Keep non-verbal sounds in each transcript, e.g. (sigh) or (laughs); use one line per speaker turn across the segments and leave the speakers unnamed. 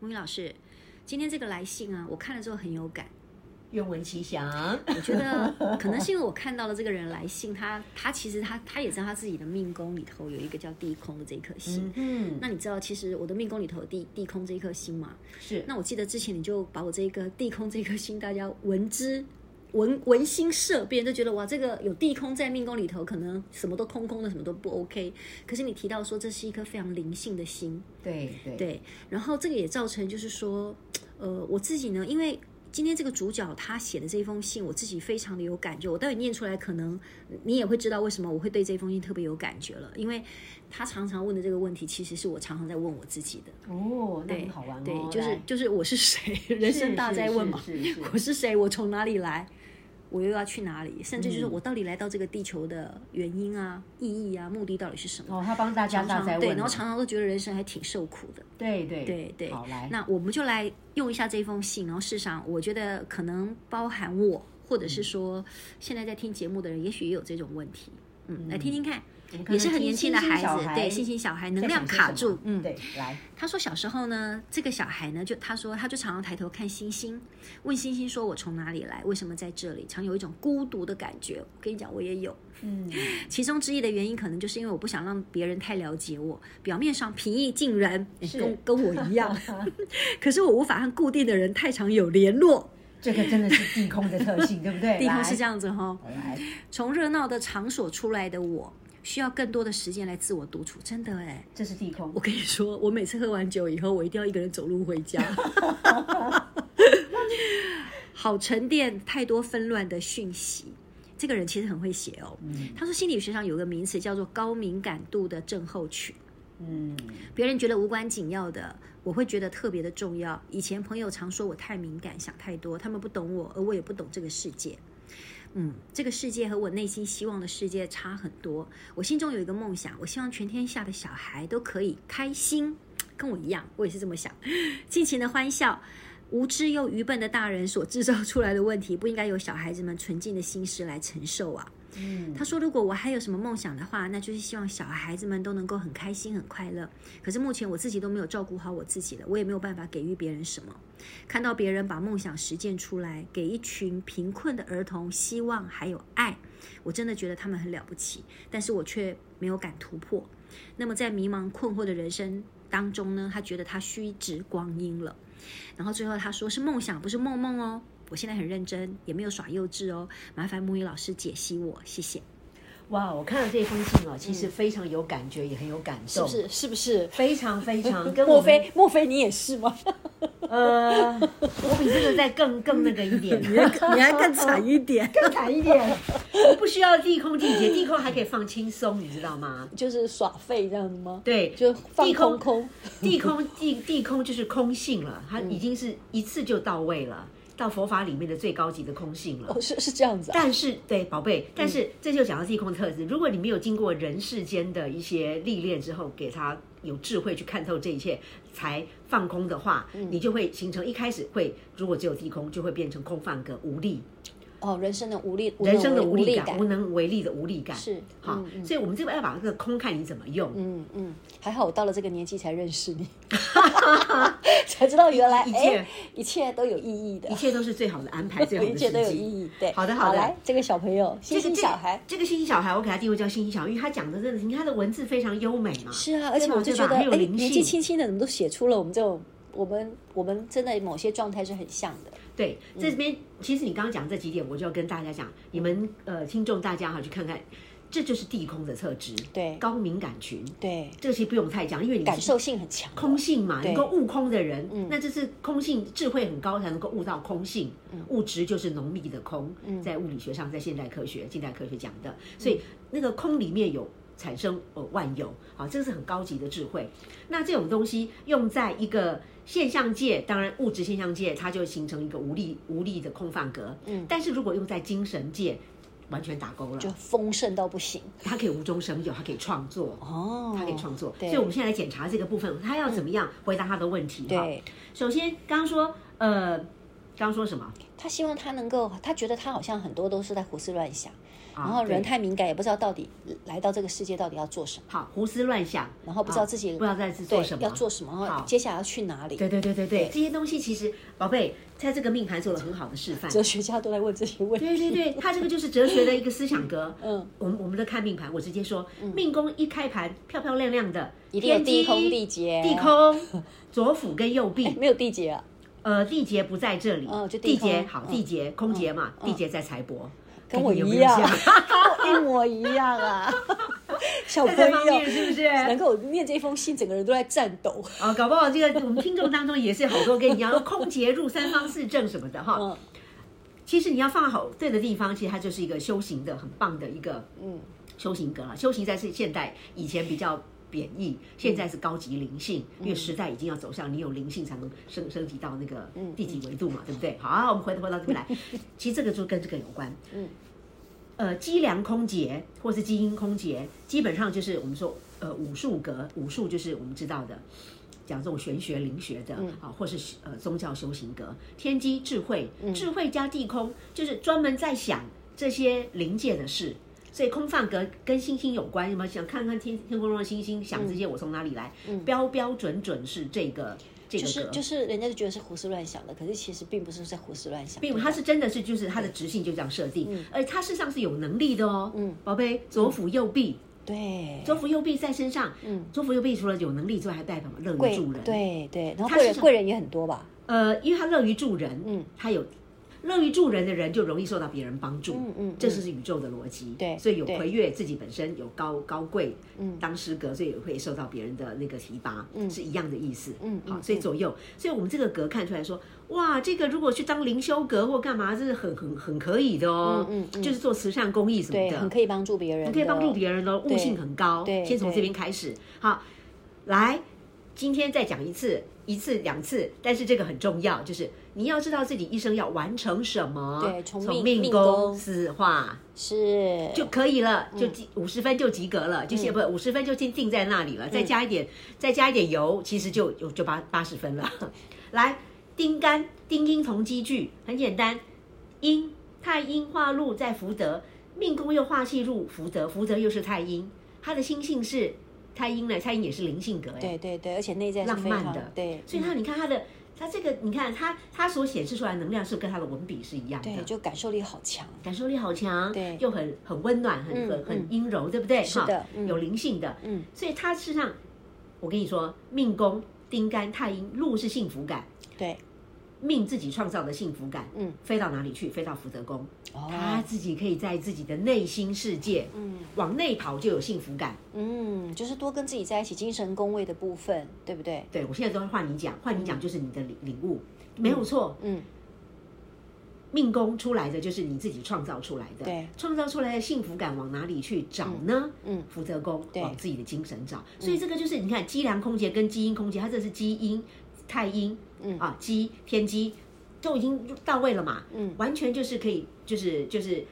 木英老师，今天这个来信啊，我看了之后很有感。
愿闻其详。
我觉得可能是因为我看到了这个人来信，他他其实他他也知道他自己的命宫里头有一个叫地空的这一颗星。
嗯，
那你知道，其实我的命宫里头有地地空这一颗星嘛？
是
那我记得之前你就把我这一个地空这颗星，大家闻之闻闻心色变，就觉得哇，这个有地空在命宫里头，可能什么都空空的，什么都不 OK。可是你提到说，这是一颗非常灵性的心，
对对
对，然后这个也造成就是说，呃，我自己呢，因为今天这个主角他写的这封信，我自己非常的有感觉。我待会念出来，可能你也会知道为什么我会对这封信特别有感觉了，因为他常常问的这个问题，其实是我常常在问我自己的。
哦，那
对，
很好玩哦。
嗯对，就是
来
就是我是
(laughs)
谁，人生大灾问嘛，
是是是是
我是谁，我从哪里来，我又要去哪里，甚至就是
嗯
我到底来到这个地球的原因啊、意义啊、目的到底是什么？
(laughs) 哦，他帮大家
常
大
常
灾问了。
(laughs) 对，然后常常都觉得人生还挺受苦的。
对对
对对
好来，
那我们就来用一下这封信，然后事实上，我觉得可能包含我，或者是说现在在听节目的人，也许也有这种问题。嗯，来听听看，
我们看看
也是很年轻的
新兴
孩
小
子，对，新兴小孩能量卡住，嗯，
对，来，
他说小时候呢，这个小孩呢，就他说他就常常抬头看星星，问星星说：“我从哪里来？为什么在这里？”常有一种孤独的感觉。我跟你讲，我也有。
嗯，
其中之一的原因，可能就是因为我不想让别人太了解我，表面上平易近人，诶
是
跟跟我一样，
(laughs)
(laughs) 可是我无法和固定的人太常有联络。
这个真的是地空的特性，对不
(laughs)
对？
地空是
来
这。样子哈、
来，
从热闹的场所出来的我，需要更多的时间来自我独处。真的哎，
这是地空
我。跟你说，我每次喝完酒以后，我一定要一个人走路回
(laughs)
家。好沉淀太多纷乱的讯息，这个人其实很会写哦。
嗯
他说心理学上有个名词叫做高敏感度的症候群，
嗯，
别人觉得无关紧要的，我会觉得特别的重要。以前朋友常说我太敏感，想太多，他们不懂我，而我也不懂这个世界。嗯，这个世界和我内心希望的世界差很多。我心中有一个梦想，我希望全天下的小孩都可以开心，跟我一样，我也是这么想，尽情的欢笑。无知又愚笨的大人所制造出来的问题，不应该由小孩子们纯净的心思来承受啊。他说：“如果我还有什么梦想的话，那就是希望小孩子们都能够很开心、很快乐。可是目前我自己都没有照顾好我自己了，我也没有办法给予别人什么。看到别人把梦想实践出来，给一群贫困的儿童希望还有爱，我真的觉得他们很了不起，但是我却没有敢突破。那么在迷茫困惑的人生当中呢，他觉得他虚掷光阴了。然后最后他说是梦想，不是梦梦哦。我现在很认真，也没有耍幼稚哦。麻烦母语老师解析我，谢谢。
哇，我看到这封信哦，其实非常有感觉，也很有感动，？
嗯是不是？
非常
(laughs)
非常跟我
莫
们
非莫非你也是吗？
呃，我比这个再更更那个一
(laughs)
点，
你还更惨一点，
更惨一点。我不需要地空地劫，地空还可以放轻松，你知
(laughs)
道吗？
(laughs) 就是耍废这样子吗？
对，
就放
地
空空，
地空地地空就是空性了，它
嗯
已经是一次就到位了，到佛法里面的最高级的空性了。
哦，是是这样子啊。
但是，对宝
嗯
贝，但是、这就讲到地空特质。如果你没有经过人世间的一些历练之后，给他有智慧去看透这一切，才放空的话，
嗯
你就会形成一开始会，如果只有地空，就会变成空泛格无力，
哦，人生的无力，
人生的
无能
无
为
力
感
感，无能为力的无力感。
是
好
嗯，嗯
所以我们这边要把这个空看你怎么用。
嗯嗯，还好我到了这个年纪才认识你， (laughs) 才知道原来
一切
哎一切都有意义的
一，切都是最好的安排，最好
(laughs)
的
一切都有
时
意
机
义。对，
好的好的
来，这个小朋友，
这
星星
个这
小孩，
这个星星小孩，我给他定位叫星星小孩，因为他讲的真的是，你看他的文字非常优美嘛。
是啊，而且
对吧
我就
对
觉
吧
得，
很有
哎，
灵
年纪
性
轻轻的怎么都写出了我们这种，我们我们真的某些状态是很像的。
对，这边、其实你刚刚讲这几点，我就要跟大家讲，你们呃听众大家哈去看看，这就是地空的特质，
对
高敏感群，
对，
这个其实不用太讲，因为你
感
是
受性很强的。
空性嘛，
对嗯
能够悟空的人，那这是空性智慧很高才能够悟到空性，
嗯
物质就是浓
嗯
密的空，在物理学上，在现代科学、近代科学讲的，所以那个空里面有产生呃万有，好，这个是很高级的智慧。那这种东西用在一个现象界，当然物质现象界，它就形成一个无力无力的空泛格。嗯，但是如果用在精神界，完全打勾了，
就丰盛到不行
它可以无中生有，它可以创作。
哦，
它可以创作，所
对
以我们现在来检查这个部分，他要怎么样回答他的问题？哈，
对，
首先刚刚说，呃，刚刚说什么？
他希望他能够，他觉得他好像很多都是在胡思乱想，然后
啊对
人太敏感，也不知道到底来到这个世界到底要做什么，
好胡思乱想，
然后不知道自己、
啊不知道在是做
对
什么，
要做什么，然后
好
接下来要去哪里。
对对对对对，这些东西其实，宝贝，在这个命盘做了很好的示范。
哲学家都在问这些问题。
对对
(laughs)
对，它这个就是哲学的一个思想格。
嗯，
我们我们的看命盘，我直接说，命宫一开盘漂漂亮亮的，一
定有地空地劫
地空左辅跟右臂，
没有地劫啊，
呃，地劫不在这里，
哦就
地
地空
劫好，
嗯
地劫空劫嘛，
嗯
地劫在财帛，
跟我
你有
一
没有
样，
像
(laughs) 跟我一模一样
(laughs)
啊。小
在
朋
这方面
友
是不是？
能够念这封信，整个人都在颤抖。
啊，搞不好这个我们听众当中也是好多跟你一样，空劫入三方四正什么的哈。
嗯
其实你要放好对的地方，其实它就是一个修行的很棒的一个
嗯，
修行格啊了。修行在是现代，以前比较贬义，
嗯
现在是高级灵性，因为时代已经要走向你有灵性才能升升级到那个
嗯
第几维度嘛，对不对？好，我们回回到这
(laughs)
边来，其实这个就跟这个有关。
嗯，
呃，机梁空劫或是基因空劫，基本上就是我们说呃武术格，武术就是我们知道的。讲这种玄学、灵学的、
嗯
啊，或是呃宗教修行格、天机智慧、
嗯
智慧加地空，就是专门在想这些灵界的事。所以空泛格跟星星有关，有没有想看看天天空中的星星，想这些我从哪里来？标标准准是这个这个格，
是嗯就是人家就觉得是胡思乱想的，可是其实并不是在胡思乱想，并
它是真的是就是它的直性就这样设
嗯
定，而它事实上是有能力的哦。嗯，宝贝，左辅右臂，
对，
左辅右臂在身上，嗯，左辅右臂除了有能力之外，还代表乐于助人。，
对对，然后
他
贵
是
人
想
贵人也很多吧？
呃，因为他乐于助人，
嗯
嗯，他有乐于助人的人就容易受到别人帮助，
嗯
嗯
嗯
嗯，这就是宇宙的逻辑，
对
所以有
对
魁月自己本身有高高贵，嗯，当师格，所以也会受到别人的那个提拔，嗯，是一样的意思，
嗯
嗯，
嗯
好，所以左右，所以我们这个格看出来说，哇，这个如果去当灵修格或干嘛，这是很很很可以的哦，
嗯嗯嗯
就是做慈善公益什么
对，
的，
很可以帮助别人的，
啊可以帮助别人的悟性很高。
对
先从
对
这边开始。好，来，今天再讲一次，一次两次，但是这个很重要，就是你要知道自己一生要完成什么。
对从命命宫
宫四化
是
就可以了，
嗯
就及五十分就及格了，就是不五十分就定定在那
嗯
里了，再加一点，再加一点油，其实就有就八八十分了。 (laughs) 来，丁干丁阴同积聚，很简单，阴太阴化禄在福德，命宫又化气入福德，福德又是太阴，他的心性是太阴呢，太阴也是灵性格哎，
对对对，而且内在是
浪
非
漫
常
的
对，嗯
所以他你看他的他这个你看他他所显示出来的能量是跟他的文笔是一样的，
对，就感受力好强，
感受力好强，
对
又很很温暖，很
嗯
很
嗯
很阴柔，对不对？
是的
哈
嗯
有灵性的，
嗯，
所以它事实上，我跟你说，命宫、丁干、太阴、禄是幸福感，
对，
命自己创造的幸福感，
嗯，
飞到哪里去？飞到福德宫，他
哦，
自己可以在自己的内心世界，嗯，往内跑就有幸福感。
嗯，就是多跟自己在一起，精神工位的部分，对不对？
对我现在都要换你讲，换你讲就是你的领领悟，没有错，
嗯，
命宫出来的就是你自己创造出来的，
对，
创造出来的幸福感往哪里去找呢？
嗯嗯
福德宫
对嗯
往自己的精神找，所以这个就是你看机梁空劫跟基因空劫，它这是基因、太阴，嗯啊，基天机都已经到位了嘛，嗯，完全就是可以，就是就是，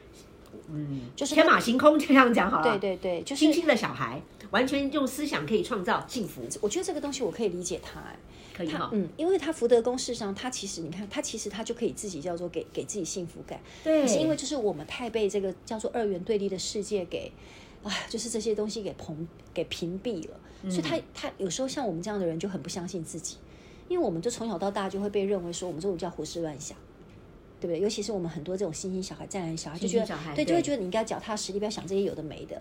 嗯，
就是
天马行空这样讲好了，
对，对对，就
星
是
星的小孩完全用思想可以创造幸福，
我觉得这个东西我可以理解它，哎
可以哈，
嗯，因为他福德宫事实上，他其实你看，他其实他就可以自己叫做给给自己幸福感，
对
可是因为就是我们太被这个叫做二元对立的世界给，啊，就是这些东西给屏给屏蔽了，
嗯
所以他他有时候像我们这样的人就很不相信自己，因为我们就从小到大就会被认为说我们这种叫胡思乱想。对不对？尤其是我们很多这种新兴小孩、湛蓝小孩，就觉得
新兴小孩
对，就会
对
觉得你应该脚踏实地，不要想这些有的没的，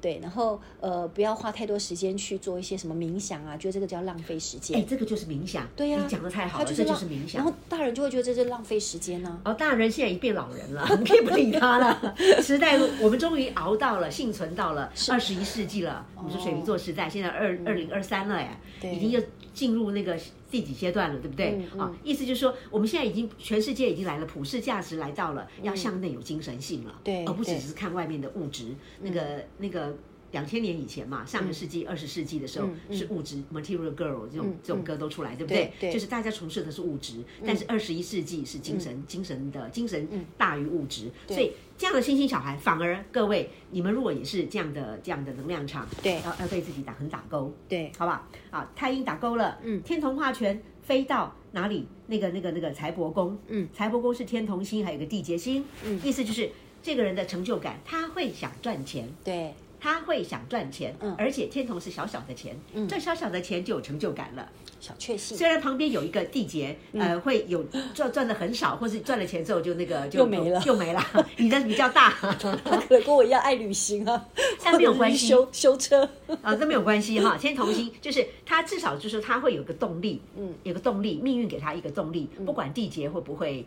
对。然后呃，不要花太多时间去做一些什么冥想啊，觉得这个叫浪费时间。
哎，这个就是冥想，
对呀、
你讲的太好
他
了，这就
浪
是冥想
然后。大人就会觉得这是浪费时间呢、
哦，大人现在已经变老人了， (laughs) 我们可以不理他
(laughs)
了。时代，我们终于熬到了，幸存到了二十一世纪了。我们说水瓶座时代，现在二二零二三了哎，
哦嗯对
已经又进入那个第几阶段了，对不对？啊、
嗯嗯
意思就是说，我们现在已经全世界已经来了，普世价值来到了，要向内有精神性了，
嗯对嗯
而不只
对
是看外面的物质那个那个。两千年以前嘛，上个世纪二十、世纪的时候、
嗯嗯
是物质 （material girl） 这种、
嗯
这种
嗯
歌都出来，对不
对
对？
对
就是大家从事的是物质，但是二十一世纪是精神、精神的精神大于物质，所以这样的新兴小孩反而各位，你们如果也是这样的这样的能量场，
对
要要对自己打很打勾，
对，
好不好？啊，太阴打勾了，嗯，天同化权飞到哪里？那个那个那个财帛宫，嗯，财帛宫是天同星，还有一个地劫星，嗯，意思就是这个人的成就感，他会想赚钱，
对，
他会想赚钱，嗯，而且天同是小小的钱，嗯，赚小小的钱就有成就感了。
小确幸，
虽然旁边有一个地劫，
嗯
呃，会有赚赚的很少，或是赚了钱之后就那个就
又没了
又没了。 (laughs) 你的比较大，
(laughs) (laughs) 他可能跟我一样爱旅行啊，
(laughs) 但没有关系
或者是修修车，
啊，这没有关系哈。先同心，就是他至少就是他会有个动力，嗯，有个动力，命运给他一个动力，
嗯
不管地劫会不会，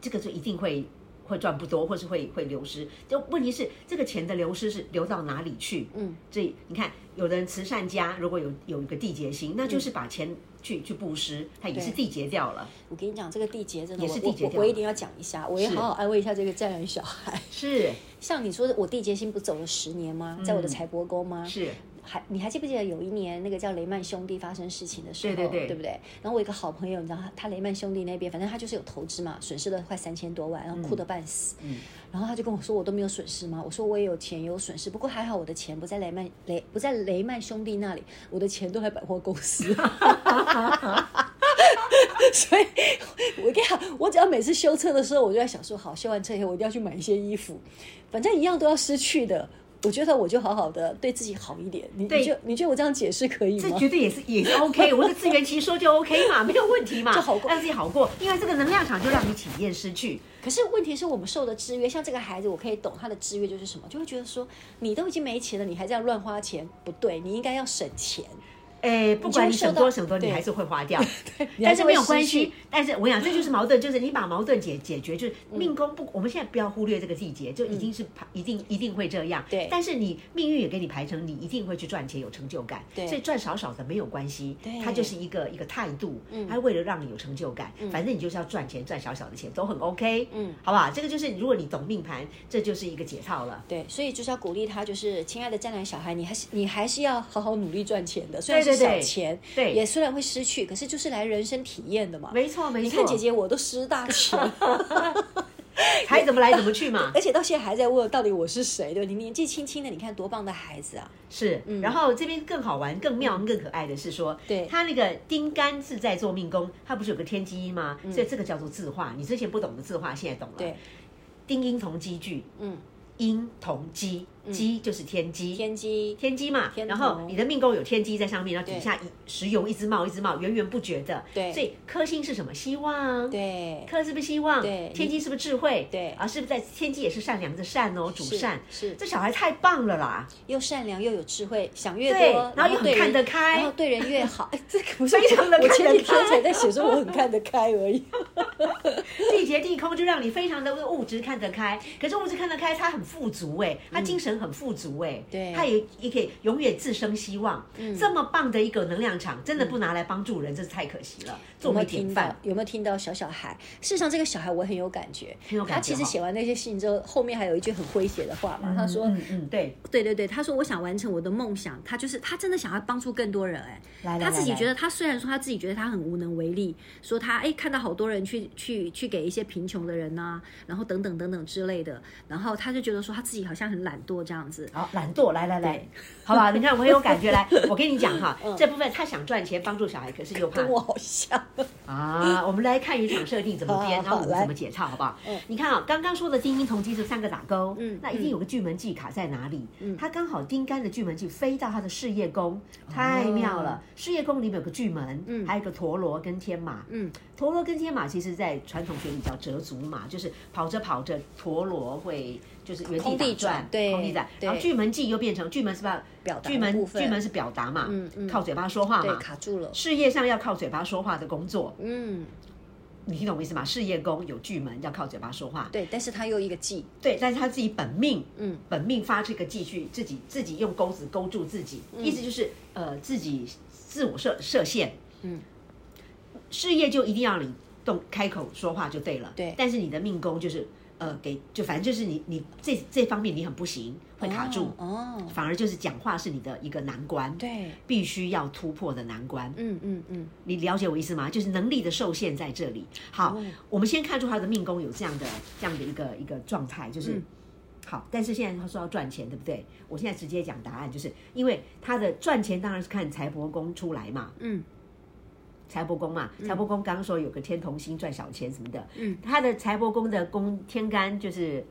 这个就一定会会赚不多，或是会会流失。就问题是这个钱的流失是流到哪里去？嗯，所以你看，有的人慈善家如果有有一个地劫星，那
嗯
就是把钱去去布施，他也是地劫掉了。
我跟你讲，这个地劫真的，
也
我
是
我
地劫
我
掉
我
了
一定要讲一下，我也好好安慰一下这个战人小孩。
是嗯
像你说的，我地劫星不走了十年吗？在我的财帛宫吗？
是，
还哎你还记不记得有一年那个叫雷曼兄弟发生事情的时候，
对对对
不对？然后我有一个好朋友，你知道他他雷曼兄弟那边，反正他就是有投资嘛，损失了快三千多万，然后哭得半死。
嗯
然后他就跟我说，我都没有损失吗？我说我也有钱也有损失，不过还好我的钱不在雷曼雷不在雷曼兄弟那里，我的钱都在百货公
(laughs)
司。所以，我跟你讲，我只要每次修车的时候，我就在想说，好，修完车以后，我一定要去买一些衣服，反正一样都要失去的。我觉得我就好好的对自己好一点。你
对
你就你觉得我这样解释可以
这
吗？
绝对也是也是 OK，
(laughs)
我的自圆其说就 OK 嘛，没有问题嘛，
就好过
让自己好过，因为这个能量场就让你体验失去。
可是问题是我们受的制约，像这个孩子，我可以懂他的制约就是什么，就会觉得说，你都已经没钱了，你还这样乱花钱，不对，你应该要省钱。
哎，不管你省多省多，
对
你还是会
(laughs)
花掉，
你还
但
是
是
会
没有关
失去
系。但是
(laughs)
我想，这就是矛盾，就是你把矛盾解解决，就是
嗯
命宫不，我们现在不要忽略这个季节，就一定是排一定一定会这样。
对
但是你命运也给你排成，你一定会去赚钱，有成就感。
对
所以赚少少的没有关系
对，嗯
它就是一个一个态度，它为了让你有成就感，反正你就是要赚钱，赚小小的钱都很 OK，
嗯
嗯，好不好？这个就是如果你懂命盘，这就是一个解套了。
对，所以就是要鼓励他，就是亲爱的江南小孩，你还是你还是要好好努力赚钱的，虽然是
对对
小
对
钱，
对
也虽然会失去，可是就是来人生体验的嘛。
没错，没
你
错。
看姐姐，我都失大钱，
还怎么来怎么去嘛。
(laughs) 而且到现在还在问到底我是谁，对吧？你年纪轻轻的，你看多棒的孩子啊！
是，然后这边更好玩、更妙、更可爱的是说，
嗯对
他那个丁干是在做命宫，他不是有个天机音吗？所以这个叫做字画，你之前不懂的字画现在懂了。
嗯对，
丁音同机句，
嗯，
音同机，机就是天机，
天机，
天机嘛，
天
然
同
后你的命宫有天机在上面，然后
对
底下一石油一直冒，一直冒，源源不绝的。
对
所以颗星是什么？希望。。
对
科是不是希望？
对
天机是不是智慧？
对
啊，是不是在天机也是善良的善哦，主
是
善。
是
这小孩太棒了啦！
又善良又有智慧，想越
对
多，
然后又很
对人
看得开
然后对人越好。哎， (laughs) 这个不是
非常地
我前
看得
几天
开
才在写说我很看得开而
(laughs)
已。
地劫地空就让你非常的物质看得开，可是物质看得开，他很富足哎、他精神很富足哎、
对
他也也可以永远自生希望。这么棒的一个能量场，真的不拿来帮助人，真是太可惜了，做
有没
我们
有
一典
听到
范。？
有没有听到小小孩？事实上，这个小孩我很有感觉。
很有感觉
他其实
哈
写完那些信之后，后面还有一句很诙谐的话嘛，他说。
嗯嗯，对，
对对对，他说我想完成我的梦想，他就是他真的想要帮助更多人哎、
来来
他自己
来来
觉得他虽然说他自己觉得他很无能为力，说他哎看到好多人去去去给一些贫穷的人呐、然后等等等等之类的，然后他就觉得说他自己好像很懒惰这样 (laughs) 子，
好，懒惰，来来来，好不好？你看我很有感觉，来，我跟你讲
(laughs)
哈，这部分他想赚钱帮助小孩，可是又怕
跟嗯我好像。
啊，我们来看渔场设定怎么编，
好好
然后
好
我们
来
怎么解套，好不好？你看啊，刚刚说的丁音同机这三个打勾，
嗯
嗯，那一定有个巨门忌卡在哪里？嗯，它刚好丁干的巨门忌飞到他的事业宫，
哦
太妙了！事业宫里面有个巨门，嗯，还有一个陀螺跟天马，
嗯
嗯，陀螺跟天马其实在传统学里叫折足马，就是跑着跑着陀螺会就是原
空
地
地
打转
转，对
空地转，
对
然后巨门忌又变成巨门是吧？
表达的
巨
部
门
分
巨门是表达嘛，
嗯
嗯
嗯
嗯，靠嘴巴说话
对，
嘛，
卡住了。
事业上要靠嘴巴说话的工作，
嗯，
你听懂我意思吗？事业宫有巨门，要靠嘴巴说话。
对，但是他又一个记，
对，但是他自己本命，
嗯
嗯，本命发这个继续自己自己用钩子勾住自己，意思就是呃自己自我设设限，
嗯
嗯，事业就一定要你动开口说话就对了，
对
但是你的命宫就是呃给就反正就是你你这这方面你很不行，会卡住，
哦，哦
反而就是讲话是你的一个难关，
对，
必须要突破的难关。
嗯嗯嗯，
你了解我意思吗？就是能力的受限在这里。好，
哦
我们先看出他的命宫有这样的这样的一个一个状态，就是、
嗯
好。但是现在他说要赚钱，对不对？我现在直接讲答案，就是因为他的赚钱当然是看财帛宫出来嘛，
嗯
财帛宫嘛，财帛宫刚刚说有个天同星赚小钱什么的，
嗯，
他的财帛宫的宫天干就是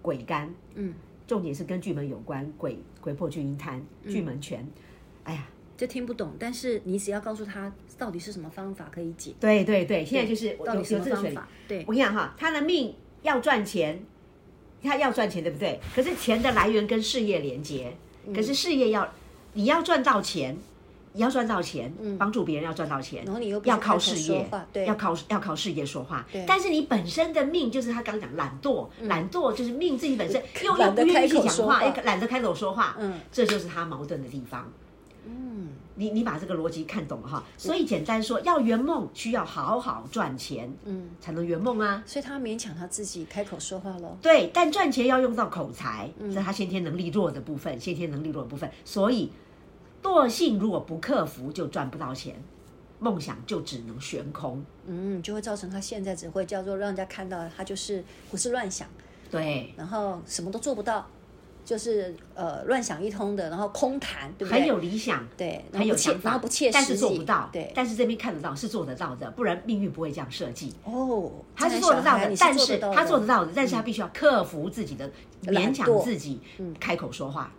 鬼干，
嗯，
重点是跟巨门有关，鬼鬼破巨阴贪，
嗯
巨门权，哎呀。
就听不懂，但是你只要告诉他到底是什么方法可以解，
对对对，现在就是
到
有
底
有
什么
这个
方
水
法，对
我，跟你讲哈，他的命要赚钱，他要赚钱，对不对？可是钱的来源跟事业连接，可是事业要你要赚到钱，你要赚到钱，帮助别人要赚到钱，
嗯然后你又不
要
是
靠
开口
事
说
业
话，对
要靠要靠事业说话。但是你本身的命就是他刚刚讲懒惰，懒惰就是命自
(laughs)
己本身又又
嗯懒
不
得
愿
开
意去
口
讲
说
话，
话
又懒得开口说话，
嗯
这就是他矛盾的地方。
嗯，
你你把这个逻辑看懂了哈，所以简单说，要圆梦需要好好赚钱，
嗯，
才能圆梦啊。
所以他勉强他自己开口说话喽，
对，但赚钱要用到口才，
嗯
这是他先天能力弱的部分，先天能力弱的部分。所以，惰性如果不克服，就赚不到钱，梦想就只能悬空。
嗯，就会造成他现在只会叫做让人家看到他就是胡思乱想，
对，
然后什么都做不到，就是呃乱想一通的，然后空谈，对不对？
很有理想，
对，然后
很有
不切
想
然
法，
后不切实际，
但是做不到。
对，
但是这边看得到是做得到的，不然命运不会这样设计。
哦，
他是
这
做
男
得
小
到
孩
的，
你
但
做
是
得到嗯
他做得到的，但是他必须要克服自己的，勉
懒
强
惰嗯
自己开口说话，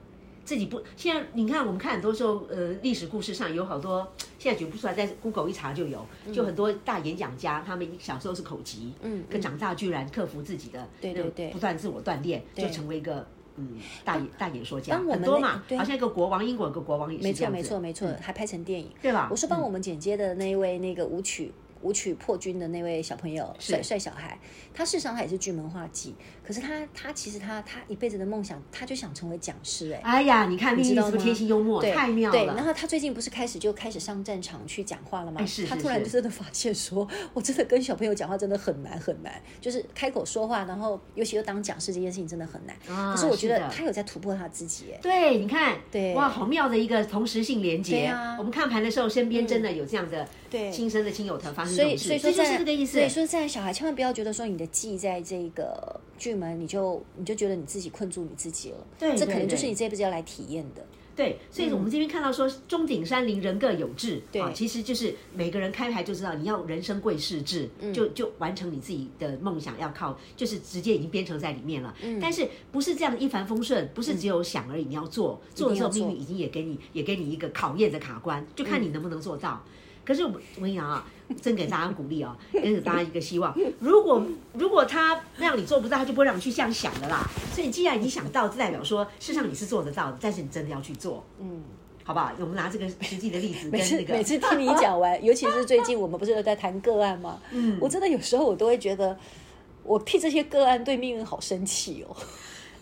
自己不。现在你看，我们看很多时候，呃，历史故事上有好多，现在举不出来，但是 Google 一查就有，
嗯
就很多大演讲家，他们小时候是口疾，嗯，可长大居然克服自己的，
对
那种
对对
不断自我锻炼，就
对
成为一个。嗯，大演大演说家
当我们
很多
那
嘛，
对
好像一个国王，英国有个国王也是
没
这
错
样子，嗯
没错没错，还拍成电影。
对吧？
我是帮
嗯
我们剪接的那一位那个舞曲。舞曲破军的那位小朋友，帅帅小孩，他事实上他也是巨门画技，可是他他其实他他一辈子的梦想，他就想成为讲师哎、
哎呀，你看命
你
运
知
是
道
不是
吗
贴心幽默，
对
太妙
对，然
了，
后他最近不是开始就开始上战场去讲话了吗？
哎是
他
是
突然
是
就真的发现说，我真的跟小朋友讲话真的很难很难，就是开口说话，然后尤其又当讲师这件事情真的很难。
啊
可是我觉
是
得
的
他有在突破他自己哎、
对，你看，
对
哇，好妙的一个同时性连
对
接。
啊嗯
我们看盘的时候，身边真的有这样的
对
亲生的亲友团发生
所
这
以，
种事，
所以说
这就
在
是这个意思
所以。说在小孩千万不要觉得说你的记在这个巨门，你就你就觉得你自己困住你自己了。
对
这
对
可能就
对
是你这辈子要来体验的。
对，所以我们这边看到说，钟鼎山林人各有志，
嗯对
啊，其实就是每个人开牌就知道，你要人生贵士志，
嗯
就就完成你自己的梦想，要靠就是直接已经编程在里面了。
嗯
但是不是这样一帆风顺，不是只有想而已，你要做，做的时候
一定要做
命运已经也给你也给你一个考验的卡关，就看你能不能做
嗯
到。可是我我跟你讲啊，真给大家鼓励哦， (laughs) 给大家一个希望。如果如果他让你做不到，他就不会让你去这样想的啦。所以既然你想到，就代表说，事实上你是做得到的，但是你真的要去做，嗯，好不好？我们拿这个实际的例子跟
每次
那个，
每次听你讲完， (laughs) 尤其是最近我们不是都在谈个案吗？嗯，我真的有时候我都会觉得，我替这些个案对命运好生气哦。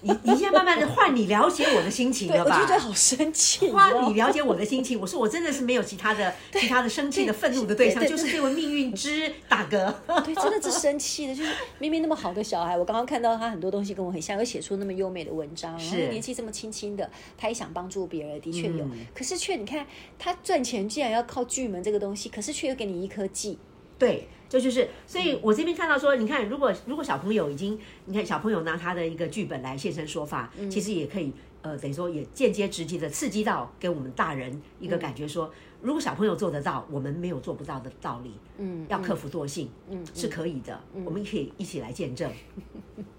你你现在慢慢的换你了解我的心情
对，
了
我就
吧
觉？得好生气。
花
知道吗
你了解我的心情，我说我真的是没有其他的其他的生气的愤怒的对象，
对对
就是这位命运之大哥。
对，真的是生气的， (laughs) 就是明明那么好的小孩，我刚刚看到他很多东西跟我很像，又写出那么优美的文章，然后
是
年纪这么轻轻的，他也想帮助别人，的确有，
嗯
可是却你看他赚钱既然要靠巨门这个东西，可是却又给你一颗忌，
对，这就是，所以我这边看到说，你看，如果如果小朋友已经，你看小朋友拿他的一个剧本来现身说法，其实也可以，呃，等于说也间接直接的刺激到给我们大人一个感觉说，如果小朋友做得到，我们没有做不到的道理，嗯，要克服惰性，嗯，是可以的，我们可以一起来见证。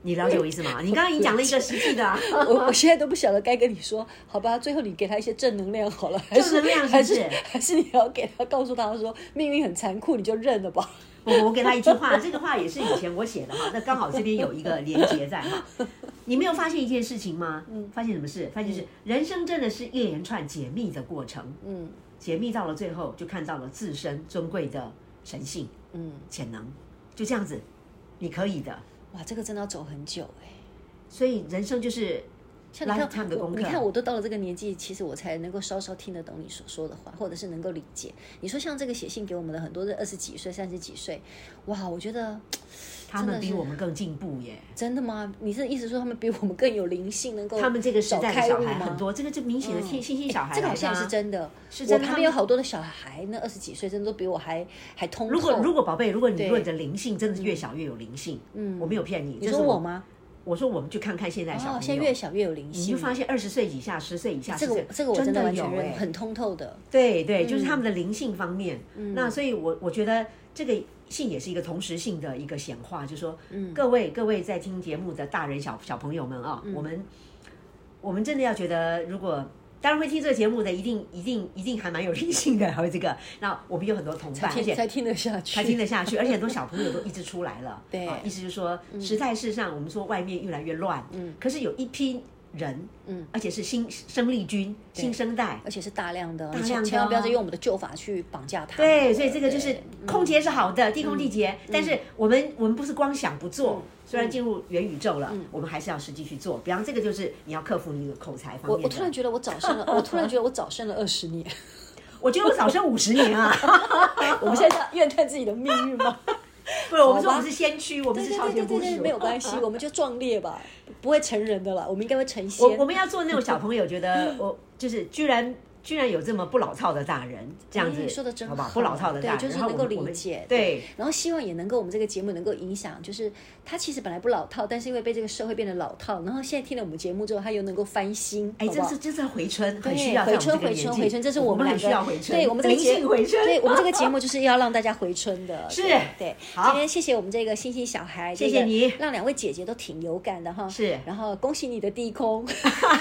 你了解我意思吗？你刚刚已经讲了一个实际的、 (laughs) 啊。
我我现在都不晓得该跟你说，好吧，最后你给他一些正能量好了，还是
正能量是
还
不是
是还是你要给他告诉他说命运很残酷，你就认了吧。
我我给他一句话， (laughs) 这个话也是以前我写的哈，那刚好这边有一个连结在哈。你没有发现一件事情吗？嗯，发现什么事？发现是人生真的是一连串解密的过程。嗯，解密到了最后，就看到了自身尊贵的神性、
嗯，
潜能，就这样子，你可以的。欸
哇，这个真的要走很久哎、
所以人生就是
像你
lifetime
看
的
我，
功课
你看我都到了这个年纪，其实我才能够稍稍听得懂你所说的话，或者是能够理解。你说像这个写信给我们的很多的二十几岁、三十几岁，哇，我觉得
他们比我们更进步耶。
真的吗？你是意思说他们比我们更有灵性，能够
他们这个时代的小
早开
孩
悟吗嗯哎
很多，这个就明显的信信息小孩、啊
这个好像也是。真的，
是真
我
的他
旁
们
边有好多的小孩，那二十几岁真的都比我还还通透。
如果如果宝贝，如果你
哦对
论的灵性真的是越小越有灵性，嗯，我没有骗你，
你
这是
说我？吗？
我说我们去看看现在小
哦，
朋
现
友，
在越小越有灵
你就
性，
发现二十岁以下、十岁以下，
这个我
14
这个我真的完全
有
认，嗯
哎
很通透的。
对对，就是他们的灵性方面。
嗯
那所以我，我觉得这个性也是一个同时性的一个显化，就是说，
嗯
各位各位在听节目的大人小小朋友们啊，我们我们真的要觉得，如果当然会听这个节目的，一定一定一定还蛮有灵性的，还有这个。那我们有很多同伴，而且
才听得下去，
才听得下去，而且很多小朋友都一直出来了。
(laughs) 对嗯
啊意思就是说，时代事上我们说外面越来越乱，嗯，可是有一批人，嗯，而且是新生力军、新生代，
而且是大量的，
量
你千
的
千万不要再
哦
用我们的旧法去绑架他们了。
对，所以这个就是
对嗯
空劫是好的，地空地劫，但是我们我们不是光想不
嗯
做。虽然进入元宇宙了，我们还是要实际去做。比方这个就是你要克服你的口才方
我
面
我突然
的。
觉得我早生了，我突然觉得我早生了二十年。
(laughs) 我觉得我早生五十
(laughs)
年啊！
我们现在在怨叹自己的命运吗？
不是，我们说
好吧
我们是先驱，我们 (laughs) 是超前部署，
没有关
(laughs)
系，我们就壮烈吧，不会成人的啦，我们应该会成
我
仙
我。们要做那种小朋友
(laughs)
觉得我就是居然居然有这么不老套的大人，这样子
哎说得真
好不好？
好
不老套的大人，
对就是
然后我们
能够
我们
理解
对。
然后希望也能够我们这个节目能够影响，就是他其实本来不老套，但是因为被这个社会变得老套，然后现在听了我们节目之后，他又能够翻新，
哎，
好不
这
好
是这是回春，很
对
需要在
回
我们
春
这个
回
年
春
纪，
回春，这是我
们
们两
很需要
个
回春，
对我们这个
灵
节
性回春，
对我们这个节目就是要让大家回春
(laughs)
的，
是
对对。
好
今天谢谢我们这个星星小孩，
谢谢你
让两位姐姐都挺有感的哈，
是
然后恭喜你的地
(laughs)
空，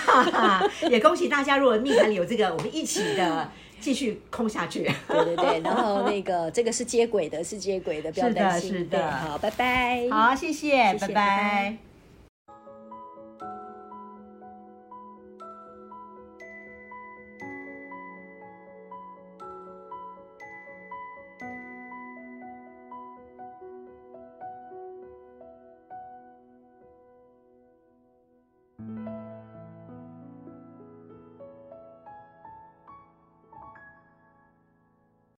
啊， (laughs) 也恭喜大家，如果命盘里有这个，我们一起的继续空下去。
对对对，然后那个这个是接轨的，是接轨的，不要
是的
担心，
是的
对好，拜拜，
好，谢谢，
谢谢
拜
拜拜
拜